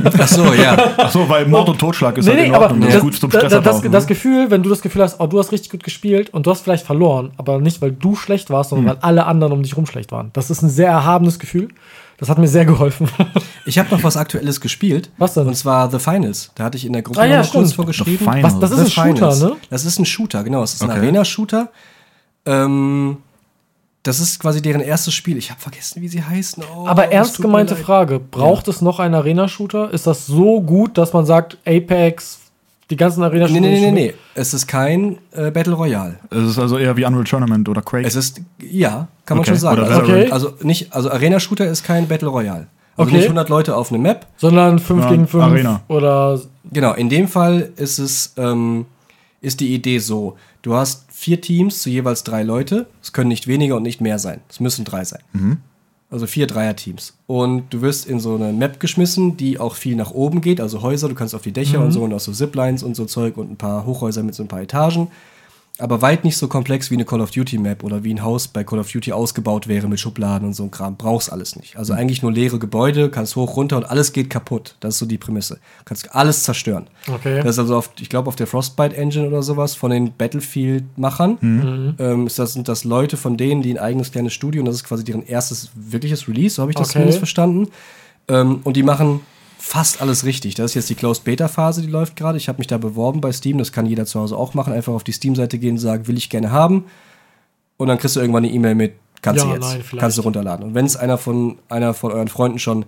Speaker 1: Ach so, ja.
Speaker 2: Ach so, weil Mord und Totschlag ist halt in Ordnung. das ist gut zum
Speaker 3: da-
Speaker 2: Stress
Speaker 3: da- das,
Speaker 2: abbauen,
Speaker 3: das
Speaker 2: ne?
Speaker 3: Gefühl, wenn du das Gefühl hast, oh, du hast richtig gut gespielt und du hast vielleicht verloren, aber nicht, weil du schlecht warst, sondern weil alle anderen um dich rum schlecht waren. Das ist ein sehr erhabenes Gefühl. Das hat mir sehr geholfen.
Speaker 1: Ich habe noch was Aktuelles gespielt.
Speaker 3: Was denn?
Speaker 1: Und zwar The Finals. Da hatte ich in der Gruppe
Speaker 3: Ah, ja,
Speaker 1: noch mal kurz
Speaker 3: stimmt.
Speaker 1: vorgeschrieben.
Speaker 2: The Final. Was-
Speaker 3: das ist
Speaker 1: The
Speaker 3: ein Shooter,
Speaker 1: Finals.
Speaker 3: ne?
Speaker 1: Genau, Das ist ein Shooter, genau. Es ist ein
Speaker 2: Okay.
Speaker 1: Arena-Shooter. Ähm, das ist quasi deren erstes Spiel. Ich habe vergessen, wie sie heißen. Oh,
Speaker 3: aber
Speaker 1: es
Speaker 3: ernst
Speaker 1: tut mir
Speaker 3: gemeinte
Speaker 1: leid.
Speaker 3: Frage: Braucht es noch einen Arena-Shooter? Ist das so gut, dass man sagt, Apex, die ganzen
Speaker 1: Nee,
Speaker 3: Arena-Shooter?
Speaker 1: nee, nee, nee, nee. Es ist kein äh, Battle Royale.
Speaker 2: Es ist also eher wie Unreal Tournament oder Quake.
Speaker 1: Es ist, ja, kann man
Speaker 2: Okay.
Speaker 1: schon sagen.
Speaker 2: Oder
Speaker 1: Also,
Speaker 3: Valorant.
Speaker 1: also nicht, also Arena-Shooter ist kein Battle Royale. Also
Speaker 3: Okay.
Speaker 1: nicht 100 Leute auf eine Map.
Speaker 3: Sondern 5
Speaker 2: Ja,
Speaker 3: gegen 5
Speaker 2: Arena.
Speaker 3: oder.
Speaker 1: Genau, in dem Fall ist es, ähm, ist die Idee so. Du hast vier Teams zu jeweils drei Leute. Es können nicht weniger und nicht mehr sein. Es müssen drei sein. Also vier Dreier-Teams. Und du wirst in so eine Map geschmissen, die auch viel nach oben geht. Also Häuser, du kannst auf die Dächer und so und auch so Ziplines und so Zeug und ein paar Hochhäuser mit so ein paar Etagen. Aber weit nicht so komplex wie eine Call of Duty Map oder wie ein Haus bei Call of Duty ausgebaut wäre mit Schubladen und so ein Kram. Brauchst alles nicht. Also eigentlich nur leere Gebäude, kannst hoch, runter und alles geht kaputt. Das ist so die Prämisse. Kannst alles zerstören.
Speaker 3: Okay.
Speaker 1: Das ist also auf, ich glaube, auf der Frostbite Engine oder sowas von den Battlefield-Machern.
Speaker 3: Mhm.
Speaker 1: Ähm, ist das, sind das Leute von denen, die ein eigenes kleines Studio und das ist quasi deren erstes wirkliches Release, so habe ich das
Speaker 3: Okay.
Speaker 1: zumindest verstanden. Ähm, und die machen fast alles richtig. Das ist jetzt die Closed Beta Phase, die läuft gerade. Ich habe mich da beworben bei Steam. Das kann jeder zu Hause auch machen. Einfach auf die Steam-Seite gehen und sagen, will ich gerne haben. Und dann kriegst du irgendwann eine E-Mail mit, kannst
Speaker 3: Ja,
Speaker 1: du jetzt,
Speaker 3: nein, vielleicht.
Speaker 1: kannst du runterladen. Und wenn es einer von einer von euren Freunden schon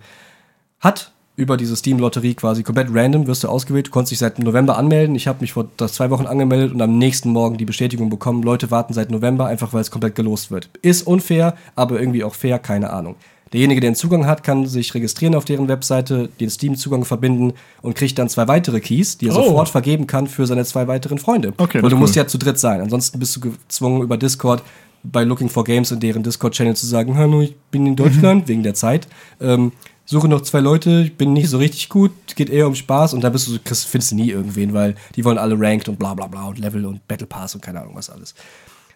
Speaker 1: hat über diese Steam-Lotterie quasi komplett random, wirst du ausgewählt, du konntest dich seit November anmelden. Ich habe mich vor das zwei Wochen angemeldet und am nächsten Morgen die Bestätigung bekommen. Leute warten seit November, einfach weil es komplett gelost wird. Ist unfair, aber irgendwie auch fair, keine Ahnung. Derjenige, der einen Zugang hat, kann sich registrieren auf deren Webseite, den Steam-Zugang verbinden und kriegt dann zwei weitere Keys, die er
Speaker 3: Oh.
Speaker 1: sofort vergeben kann für seine zwei weiteren Freunde.
Speaker 2: Okay,
Speaker 1: Weil
Speaker 2: das
Speaker 1: du
Speaker 2: ist
Speaker 1: musst
Speaker 2: cool.
Speaker 1: ja zu dritt sein. Ansonsten bist du gezwungen, über Discord bei Looking for Games in deren Discord-Channel zu sagen, hallo, ich bin
Speaker 2: Mhm.
Speaker 1: in Deutschland, wegen der Zeit. Ähm, suche noch zwei Leute, ich bin nicht so richtig gut, geht eher um Spaß und da bist du, so- kriegst, findest du nie irgendwen, weil die wollen alle Ranked und bla bla bla und Level und Battle Pass und keine Ahnung was alles.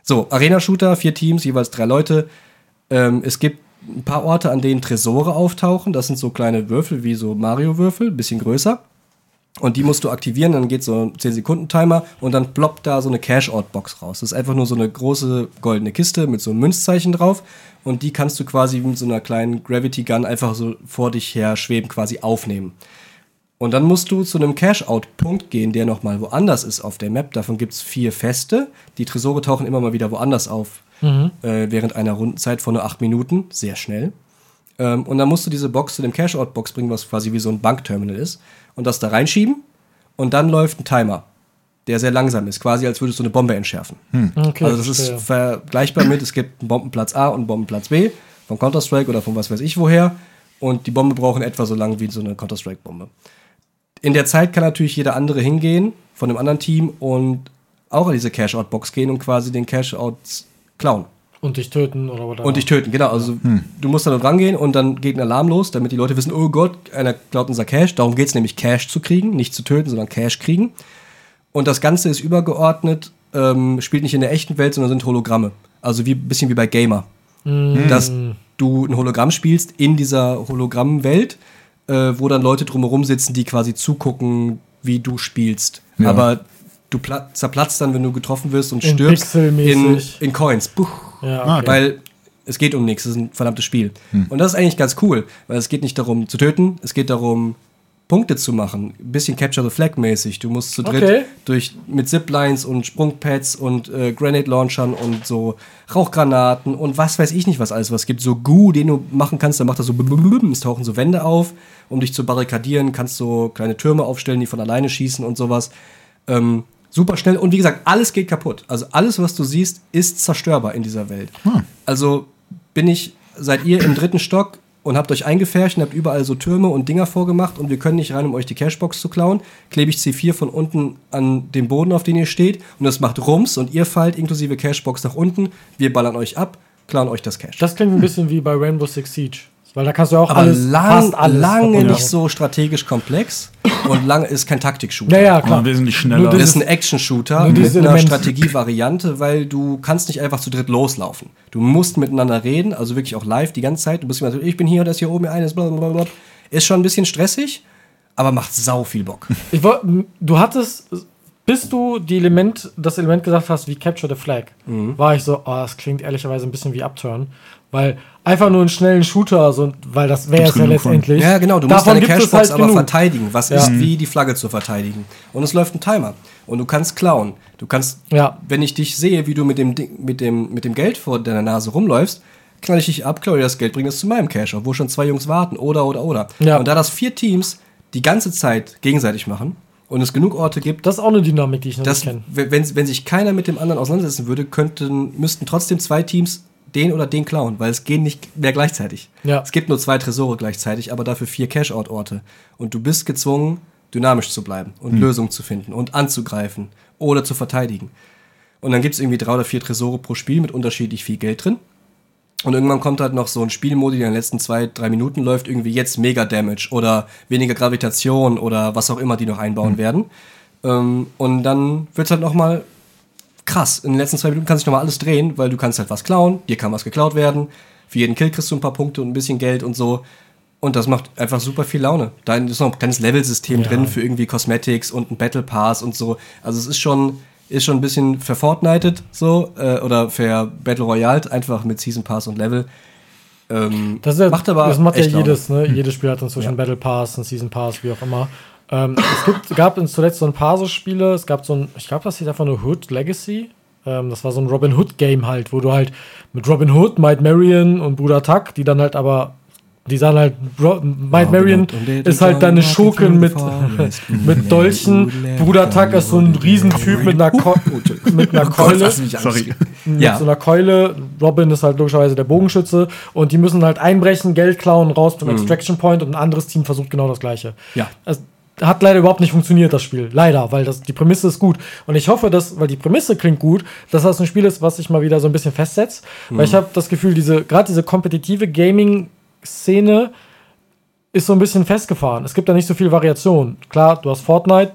Speaker 1: So, Arena-Shooter, vier Teams, jeweils drei Leute. Ähm, es gibt ein paar Orte, an denen Tresore auftauchen. Das sind so kleine Würfel wie so Mario-Würfel, bisschen größer. Und die musst du aktivieren, dann geht so ein 10-Sekunden-Timer und dann ploppt da so eine Cash-Out-Box raus. Das ist einfach nur so eine große goldene Kiste mit so einem Münzzeichen drauf. Und die kannst du quasi mit so einer kleinen Gravity-Gun einfach so vor dich her schweben, quasi aufnehmen. Und dann musst du zu einem Cash-Out-Punkt gehen, der nochmal woanders ist auf der Map. Davon gibt's vier feste. Die Tresore tauchen immer mal wieder woanders auf, äh, während einer Rundenzeit von nur acht Minuten. Sehr schnell. Ähm, und dann musst du diese Box zu dem Cash-Out-Box bringen, was quasi wie so ein Bankterminal ist. Und das da reinschieben. Und dann läuft ein Timer, der sehr langsam ist. Quasi als würdest du eine Bombe entschärfen.
Speaker 3: Okay,
Speaker 1: also das ist
Speaker 3: verstehe.
Speaker 1: vergleichbar mit, es gibt einen Bombenplatz A und einen Bombenplatz B von Counter-Strike oder von was weiß ich woher. Und die Bombe brauchen etwa so lang wie so eine Counter-Strike-Bombe. In der Zeit kann natürlich jeder andere hingehen von einem anderen Team und auch in diese Cash-Out-Box gehen und quasi den Cash-Out klauen.
Speaker 3: Und dich töten oder whatever.
Speaker 1: Und dich töten, genau. Also du musst dann rangehen und dann geht ein Alarm los, damit die Leute wissen, oh Gott, einer klaut unser Cash. Darum geht es nämlich, Cash zu kriegen, nicht zu töten, sondern Cash kriegen. Und das Ganze ist übergeordnet, ähm, spielt nicht in der echten Welt, sondern sind Hologramme. Also wie bisschen wie bei Gamer.
Speaker 3: Hm.
Speaker 1: Dass du ein Hologramm spielst in dieser Hologrammwelt, äh, wo dann Leute drumherum sitzen, die quasi zugucken, wie du spielst.
Speaker 2: Ja.
Speaker 1: Aber du pla- zerplatzt dann, wenn du getroffen wirst und
Speaker 3: In
Speaker 1: stirbst in,
Speaker 3: pixelmäßig.
Speaker 1: in Coins. Puh.
Speaker 3: ja,
Speaker 2: Ah,
Speaker 3: okay.
Speaker 1: Weil es geht um nichts, es ist ein verdammtes Spiel. Und das ist eigentlich ganz cool, weil es geht nicht darum zu töten, es geht darum, Punkte zu machen. Ein bisschen Capture the Flag mäßig. Du musst zu dritt
Speaker 3: Okay.
Speaker 1: durch, mit Ziplines und Sprungpads und äh, Granate Launchern und so Rauchgranaten und was weiß ich nicht, was alles was gibt. So Goo, den du machen kannst, dann macht das so blum, es tauchen so Wände auf, um dich zu barrikadieren, kannst so kleine Türme aufstellen, die von alleine schießen und sowas. Ähm, super schnell. Und wie gesagt, alles geht kaputt. Also alles, was du siehst, ist zerstörbar in dieser Welt.
Speaker 3: Hm.
Speaker 1: Also bin ich, seid ihr im dritten Stock und habt euch eingefärscht und habt überall so Türme und Dinger vorgemacht und wir können nicht rein, um euch die Cashbox zu klauen, klebe ich C4 von unten an den Boden, auf den ihr steht und das macht Rums und ihr fallt inklusive Cashbox nach unten, wir ballern euch ab, klauen euch das Cash.
Speaker 3: Das klingt ein bisschen wie bei Rainbow Six Siege. Weil da kannst du auch
Speaker 1: Hm. aber
Speaker 3: alles,
Speaker 1: lang, lange
Speaker 3: kaputt
Speaker 1: nicht
Speaker 3: machen.
Speaker 1: so strategisch komplex und lange ist kein Taktik-Shooter.
Speaker 3: Ja, ja,
Speaker 2: Klar.
Speaker 3: klar.
Speaker 2: Wesentlich
Speaker 3: Nur
Speaker 2: schneller.
Speaker 3: das
Speaker 1: ist ein Action-Shooter
Speaker 3: Nur
Speaker 1: mit
Speaker 3: dieses
Speaker 1: einer
Speaker 3: Element.
Speaker 1: Strategievariante, weil du kannst nicht einfach zu dritt loslaufen. Du musst miteinander reden, also wirklich auch live die ganze Zeit. Du bist immer so, ich bin hier, das hier oben, eines, blablabla. Ist schon ein bisschen stressig, aber macht sau viel Bock.
Speaker 3: Ich woll- m, du hattest, bis du die Element, das Element gesagt hast, wie Capture the Flag,
Speaker 1: Mhm.
Speaker 3: war ich so, oh, das klingt ehrlicherweise ein bisschen wie Upturn. Weil einfach nur einen schnellen Shooter, so, weil das wäre
Speaker 2: Gibt's
Speaker 3: es ja
Speaker 2: genug von.
Speaker 3: letztendlich.
Speaker 1: Ja, genau, du musst
Speaker 3: Davon
Speaker 1: deine
Speaker 3: gibt es
Speaker 1: Cashbox
Speaker 3: halt
Speaker 1: aber
Speaker 3: genug.
Speaker 1: verteidigen, was
Speaker 3: Ja. Mhm.
Speaker 1: ist wie die Flagge zu verteidigen. Und es läuft ein Timer. Und du kannst klauen. Du kannst,
Speaker 3: Ja.
Speaker 1: wenn ich dich sehe, wie du mit dem, Ding- mit dem, mit dem Geld vor deiner Nase rumläufst, knall ich dich ab, klaue dir das Geld, bring das zu meinem Cash, wo schon zwei Jungs warten, oder, oder, oder.
Speaker 3: Ja.
Speaker 1: Und da das vier Teams die ganze Zeit gegenseitig machen und es genug Orte gibt,
Speaker 3: Das ist auch eine Dynamik, die ich noch
Speaker 1: das,
Speaker 3: nicht kenne.
Speaker 1: wenn, wenn wenn sich keiner mit dem anderen auseinandersetzen würde, könnten, müssten trotzdem zwei Teams den oder den klauen, weil es gehen nicht mehr gleichzeitig.
Speaker 3: Ja.
Speaker 1: Es gibt nur zwei Tresore gleichzeitig, aber dafür vier Cash-Out-Orte. Und du bist gezwungen, dynamisch zu bleiben und Lösungen zu finden und anzugreifen oder zu verteidigen. Und dann gibt es irgendwie drei oder vier Tresore pro Spiel mit unterschiedlich viel Geld drin. Und irgendwann kommt halt noch so ein Spielmodi, der in den letzten zwei, drei Minuten läuft, irgendwie jetzt mega Damage oder weniger Gravitation oder was auch immer die noch einbauen werden. Ähm, und dann wird's halt nochmal krass. In den letzten zwei Minuten kann sich nochmal alles drehen, weil du kannst halt was klauen, dir kann was geklaut werden. Für jeden Kill kriegst du ein paar Punkte und ein bisschen Geld und so. Und das macht einfach super viel Laune. Da ist noch ein kleines Level-System drin für irgendwie Cosmetics und ein Battle Pass und so. Also es ist schon, ist schon ein bisschen verfortnited so äh, oder ver Battle Royale, einfach mit Season Pass und Level. Ähm,
Speaker 3: Das, ist ja,
Speaker 1: macht aber
Speaker 3: das macht ja
Speaker 1: echt Laune.
Speaker 3: jedes, ne? Jedes Spiel hat inzwischen Battle Pass, einen Season Pass, wie auch immer. Ähm, es gibt, gab in zuletzt so ein paar so Spiele, es gab so ein, ich glaube, das hieß einfach nur Hood Legacy. Ähm, das war so ein Robin Hood-Game halt, wo du halt mit Robin Hood, Might Marion und Bruder Tuck, die dann halt aber, die sahen halt, Ro Might Marion ist halt deine Schurken mit, mit Dolchen. Bruder Tuck ist so ein Riesentyp mit einer, Ko mit einer Keule
Speaker 2: Sorry.
Speaker 3: mit
Speaker 1: Ja.
Speaker 3: so einer Keule. Robin ist halt logischerweise der Bogenschütze und die müssen halt einbrechen, Geld klauen, raus zum Extraction Point und ein anderes Team versucht genau das gleiche.
Speaker 1: Mhm. Ja.
Speaker 3: Es hat leider überhaupt nicht funktioniert, das Spiel. Leider, weil das, die Prämisse ist gut. Und ich hoffe, dass, weil die Prämisse klingt gut, dass das ein Spiel ist, was sich mal wieder so ein bisschen festsetzt.
Speaker 1: Mhm.
Speaker 3: Weil ich habe das Gefühl, diese, gerade diese kompetitive Gaming-Szene ist so ein bisschen festgefahren. Es gibt da nicht so viel Variation. Klar, du hast Fortnite,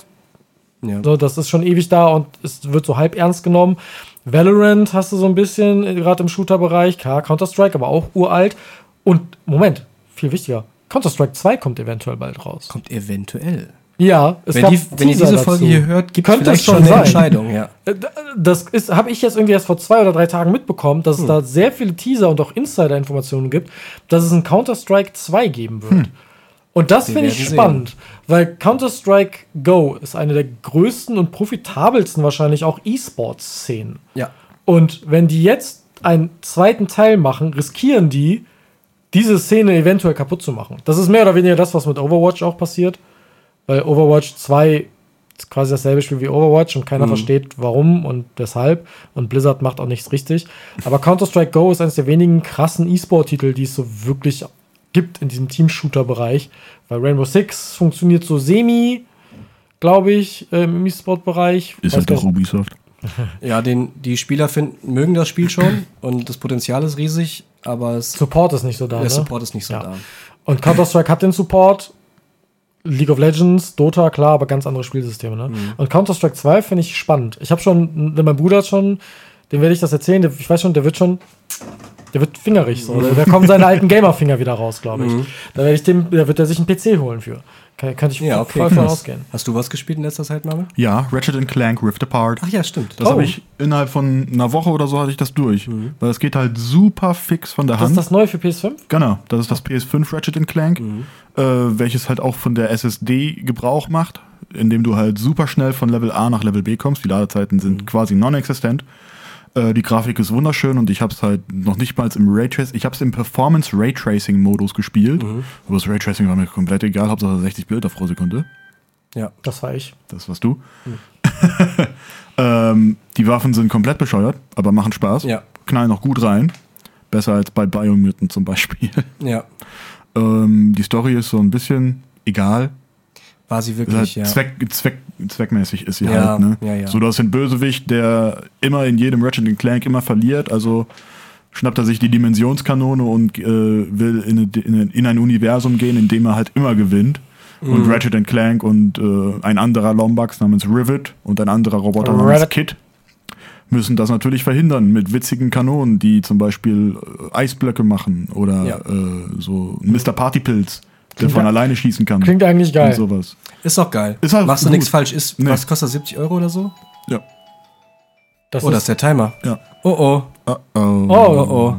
Speaker 1: Ja.
Speaker 3: so, das ist schon ewig da und es wird so halb ernst genommen. Valorant hast du so ein bisschen, äh, gerade im Shooter-Bereich. Klar, Counter-Strike, aber auch uralt. Und, Moment, viel wichtiger. Counter-Strike 2 kommt eventuell bald raus.
Speaker 1: Kommt eventuell.
Speaker 3: Ja, es
Speaker 1: Wenn,
Speaker 3: gab
Speaker 1: die, wenn ihr
Speaker 3: Teaser
Speaker 1: diese
Speaker 3: dazu.
Speaker 1: Folge hier hört, gibt es
Speaker 3: Könnte
Speaker 1: vielleicht
Speaker 3: es
Speaker 1: schon
Speaker 3: schon
Speaker 1: eine
Speaker 3: sein.
Speaker 1: Entscheidung. Ja.
Speaker 3: Äh, d- Das ist, habe ich jetzt irgendwie erst vor zwei oder drei Tagen mitbekommen,
Speaker 1: Hm.
Speaker 3: dass es da sehr viele Teaser und auch Insider-Informationen gibt, dass es ein Counter-Strike 2 geben wird. Und das finde ich
Speaker 1: Hm. werden
Speaker 3: spannend, weil Counter-Strike Go ist eine der größten und profitabelsten wahrscheinlich auch E-Sports-Szenen.
Speaker 1: ja.
Speaker 3: Und wenn die jetzt einen zweiten Teil machen, riskieren die, diese Szene eventuell kaputt zu machen. Das ist mehr oder weniger das, was mit Overwatch auch passiert, weil Overwatch 2 ist quasi dasselbe Spiel wie Overwatch und
Speaker 2: Mhm.
Speaker 3: keiner versteht, warum und weshalb. Und Blizzard macht auch nichts richtig. Aber Counter-Strike Go ist eines der wenigen krassen E-Sport-Titel, die es so wirklich gibt in diesem Team-Shooter-Bereich, weil Rainbow Six funktioniert so semi. glaube ich, äh, im E-Sport-Bereich. Weiß
Speaker 2: Ist halt auch
Speaker 3: gar-
Speaker 2: Ubisoft.
Speaker 1: Ja, den, die Spieler finden, mögen das Spiel schon und das Potenzial ist riesig, aber es,
Speaker 3: Support ist nicht so da.
Speaker 1: der
Speaker 3: ne?
Speaker 1: Support ist nicht so
Speaker 3: Ja.
Speaker 1: da.
Speaker 3: Und Counter-Strike hat den Support. League of Legends, Dota, klar, aber ganz andere Spielsysteme. Ne?
Speaker 1: Mhm.
Speaker 3: Und Counter-Strike 2 finde ich spannend. Ich habe schon, denn mein Bruder hat schon, dem werde ich das erzählen, der, ich weiß schon, der wird schon, der wird fingerig. So.
Speaker 1: Mhm.
Speaker 3: Da kommen seine alten Gamer-Finger wieder raus, glaube ich. Da, werd ich dem, da wird er sich einen PC holen für. Kann, könnte ich
Speaker 1: Ja, okay.
Speaker 3: voll von
Speaker 1: krass.
Speaker 3: ausgehen.
Speaker 1: Hast du was gespielt in letzter Zeit, Marvin?
Speaker 2: Ja, Ratchet and Clank Rift Apart.
Speaker 1: Ach ja, stimmt.
Speaker 2: Das
Speaker 3: Oh.
Speaker 2: habe ich innerhalb von einer Woche oder so hatte ich das durch. Weil das geht halt super fix von der
Speaker 3: Das
Speaker 2: Hand.
Speaker 3: ist das neue für PS5?
Speaker 2: Genau, das ist das PS5 Ratchet and Clank, äh, welches halt auch von der SSD Gebrauch macht, indem du halt super schnell von Level A nach Level B kommst. Die Ladezeiten sind quasi non-existent. Äh, die Grafik ist wunderschön und ich habe es halt noch nicht mal im Raytracing, ich habe es im Performance Raytracing Modus gespielt. Aber das Raytracing war mir komplett egal, Hauptsache 60 Bilder pro Sekunde.
Speaker 1: Ja.
Speaker 3: Das war ich.
Speaker 2: Das warst du. ähm, die Waffen sind komplett bescheuert, aber machen Spaß.
Speaker 1: Ja.
Speaker 2: Knallen auch gut rein. Besser als bei Biomutant zum Beispiel.
Speaker 1: Ja.
Speaker 2: Ähm, die Story ist so ein bisschen egal.
Speaker 1: War sie
Speaker 2: Ist halt
Speaker 1: wirklich, ja.
Speaker 2: Zweck, Zweck, zweckmäßig ist sie
Speaker 1: Ja,
Speaker 2: halt. Ne?
Speaker 1: ja, ja.
Speaker 2: So, du hast den Bösewicht, der immer in jedem Ratchet Clank immer verliert. Also schnappt er sich die Dimensionskanone und äh, will in, eine- in, ein- in ein Universum gehen, in dem er halt immer gewinnt. Und Ratchet Clank und äh, ein anderer Lombax namens Rivet und ein anderer Roboter namens
Speaker 3: Rivet.
Speaker 2: Kid müssen das natürlich verhindern mit witzigen Kanonen, die zum Beispiel äh, Eisblöcke machen oder
Speaker 1: Ja.
Speaker 2: äh, so ein Mr. Partypilz, der
Speaker 3: Klingt
Speaker 2: von
Speaker 3: ja-
Speaker 2: alleine schießen kann.
Speaker 3: Klingt eigentlich
Speaker 2: und
Speaker 3: geil.
Speaker 2: sowas.
Speaker 1: Ist doch geil.
Speaker 2: Ist halt
Speaker 1: Machst du
Speaker 2: gut.
Speaker 1: nichts falsch. Ist,
Speaker 2: Nee.
Speaker 1: Was kostet das, 70 Euro oder so?
Speaker 2: Ja.
Speaker 3: Das
Speaker 1: oh, das ist
Speaker 3: ist,
Speaker 1: der Timer.
Speaker 2: Ja.
Speaker 1: Oh oh.
Speaker 2: Uh
Speaker 1: Oh
Speaker 2: -oh.
Speaker 1: oh.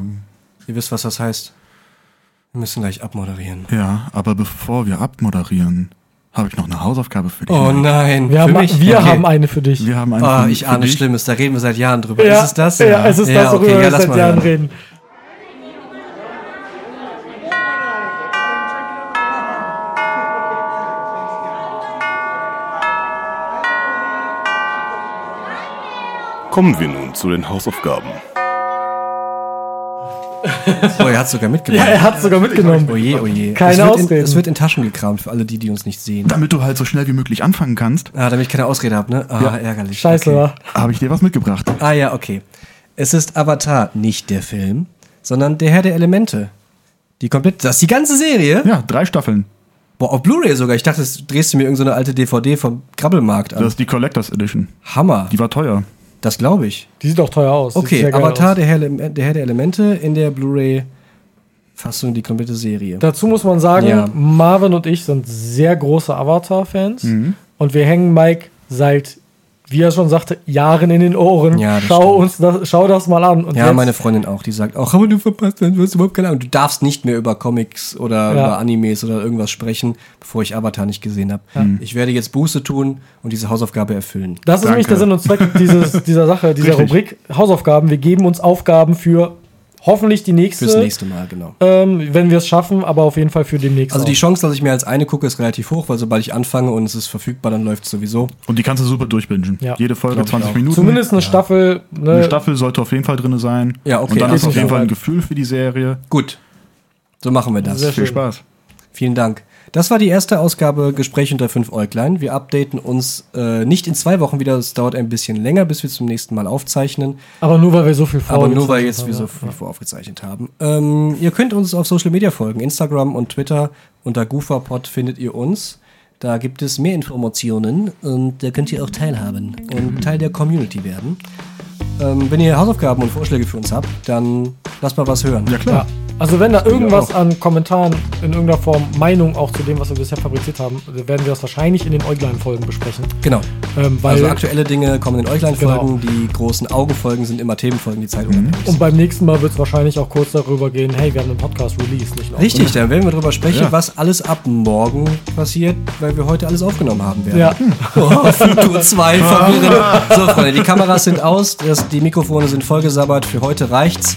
Speaker 1: Ihr wisst, was das heißt. Wir müssen gleich abmoderieren.
Speaker 2: Ja, aber bevor wir abmoderieren, habe ich noch eine Hausaufgabe für dich.
Speaker 1: Oh nein.
Speaker 3: wir haben, wir
Speaker 1: Okay.
Speaker 3: haben eine für dich.
Speaker 2: Wir haben eine
Speaker 1: Ah,
Speaker 2: für-
Speaker 1: ich
Speaker 2: für
Speaker 1: ahne
Speaker 2: dich.
Speaker 1: Schlimmes, da reden wir seit Jahren drüber. ist es das?
Speaker 3: Ja, es ist das, worüber wir seit
Speaker 1: mal
Speaker 3: Jahren
Speaker 1: hören.
Speaker 3: reden.
Speaker 4: Kommen wir nun zu den Hausaufgaben.
Speaker 1: Oh, er hat sogar
Speaker 3: Ja,
Speaker 1: mitgemacht.
Speaker 3: er hat sogar mitgenommen.
Speaker 1: Oje, oje.
Speaker 3: Keine
Speaker 1: oh es wird
Speaker 3: Ausreden.
Speaker 1: In, es wird in Taschen gekramt für alle die, die uns nicht sehen.
Speaker 2: Damit du halt so schnell wie möglich anfangen kannst,
Speaker 1: Ah, damit ich keine Ausrede habe, ne? Ah, ärgerlich.
Speaker 3: Scheiße,
Speaker 1: okay.
Speaker 3: wa?
Speaker 2: habe ich dir was mitgebracht.
Speaker 1: Ah ja, okay. Es ist Avatar, nicht der Film, sondern der Herr der Elemente. Die komplett, das ist die ganze Serie?
Speaker 2: Ja, drei Staffeln.
Speaker 1: Boah, auf Blu-ray sogar. Ich dachte, das drehst du mir irgendeine so eine alte DVD vom Krabbelmarkt an.
Speaker 2: Das ist die Collectors Edition.
Speaker 1: Hammer.
Speaker 2: Die war teuer.
Speaker 1: Das glaube ich.
Speaker 3: Die sieht auch teuer aus. Sieht
Speaker 1: Okay,
Speaker 3: sehr geil
Speaker 1: Avatar,
Speaker 3: aus.
Speaker 1: der Herr, Ele- der Herr der Elemente in der Blu-ray-Fassung die komplette Serie.
Speaker 3: Dazu muss man sagen,
Speaker 1: Ja.
Speaker 3: Marvin und ich sind sehr große Avatar-Fans.
Speaker 1: Mhm.
Speaker 3: Und wir hängen Mike seit, wie er schon sagte, Jahren in den Ohren.
Speaker 1: Ja, das
Speaker 3: schau,
Speaker 1: stimmt.
Speaker 3: uns das, schau das mal an. Und
Speaker 1: ja,
Speaker 3: jetzt-
Speaker 1: meine Freundin auch, die sagt auch, aber du verpasst, dann wirst du überhaupt keine Ahnung. Du darfst nicht mehr über Comics oder
Speaker 3: Ja.
Speaker 1: über Animes oder irgendwas sprechen, bevor ich Avatar nicht gesehen habe. Ich werde jetzt Buße tun und diese Hausaufgabe erfüllen.
Speaker 3: das ist nämlich der Sinn
Speaker 2: Danke.
Speaker 3: und Zweck dieses, dieser Sache, dieser
Speaker 2: Richtig.
Speaker 3: Rubrik Hausaufgaben. Wir geben uns Aufgaben für hoffentlich die nächste,
Speaker 1: Fürs nächste Mal, genau.
Speaker 3: Ähm, wenn wir es schaffen, aber auf jeden Fall für demnächst.
Speaker 1: Also
Speaker 3: auch.
Speaker 1: die Chance, dass ich mir als eine gucke, ist relativ hoch, weil sobald ich anfange und es ist verfügbar, dann läuft es sowieso.
Speaker 2: Und die kannst du super durchbingen.
Speaker 3: Ja.
Speaker 2: Jede Folge
Speaker 1: Glaub ich
Speaker 2: 20
Speaker 1: auch. äh,
Speaker 2: Minuten.
Speaker 3: Zumindest eine Staffel. Ne,
Speaker 2: eine Staffel sollte auf jeden Fall drin sein.
Speaker 1: Ja, okay,
Speaker 2: Und dann hast du auf
Speaker 1: definitiv.
Speaker 2: jeden Fall ein Gefühl für die Serie.
Speaker 1: Gut, so machen wir das.
Speaker 3: Sehr
Speaker 2: Viel
Speaker 3: schön.
Speaker 2: Spaß.
Speaker 1: Vielen Dank. Das war die erste Ausgabe Gespräch unter 5 Äuglein. Wir updaten uns äh, nicht in zwei Wochen wieder. Es dauert ein bisschen länger, bis wir zum nächsten Mal aufzeichnen.
Speaker 3: Aber nur weil wir so viel
Speaker 1: Aber nur
Speaker 3: vorgezeichnet
Speaker 1: weil jetzt
Speaker 3: haben,
Speaker 1: wir so
Speaker 3: ja.
Speaker 1: viel voraufgezeichnet haben. Ähm, ihr könnt uns auf Social Media folgen. Instagram und Twitter. Unter GooferPod findet ihr uns. Da gibt es mehr Informationen und da könnt ihr auch teilhaben und Teil der Community werden. Ähm, wenn ihr Hausaufgaben und Vorschläge für uns habt, dann lasst mal was hören.
Speaker 2: Ja, klar.
Speaker 3: Also wenn da irgendwas
Speaker 1: auch.
Speaker 3: an Kommentaren in irgendeiner Form Meinung auch zu dem, was wir bisher fabriziert haben, werden wir das wahrscheinlich in den Euglein-Folgen besprechen.
Speaker 1: Genau.
Speaker 3: Ähm, weil
Speaker 1: Also aktuelle Dinge kommen in Euchlein-Folgen,
Speaker 3: Genau.
Speaker 1: die großen Augenfolgen sind immer Themenfolgen, die zeitunabhängig sind.
Speaker 3: und beim nächsten Mal wird es wahrscheinlich auch kurz darüber gehen, hey, wir haben einen Podcast released, nicht einen
Speaker 1: Richtig, dann werden wir darüber sprechen,
Speaker 2: Ja.
Speaker 1: was alles ab morgen passiert, weil wir heute alles aufgenommen haben werden.
Speaker 3: Ja.
Speaker 1: Oh, Futur 2 verwirrend. So, Freunde, die Kameras sind aus, das, die Mikrofone sind vollgesabbert. Für heute reicht's.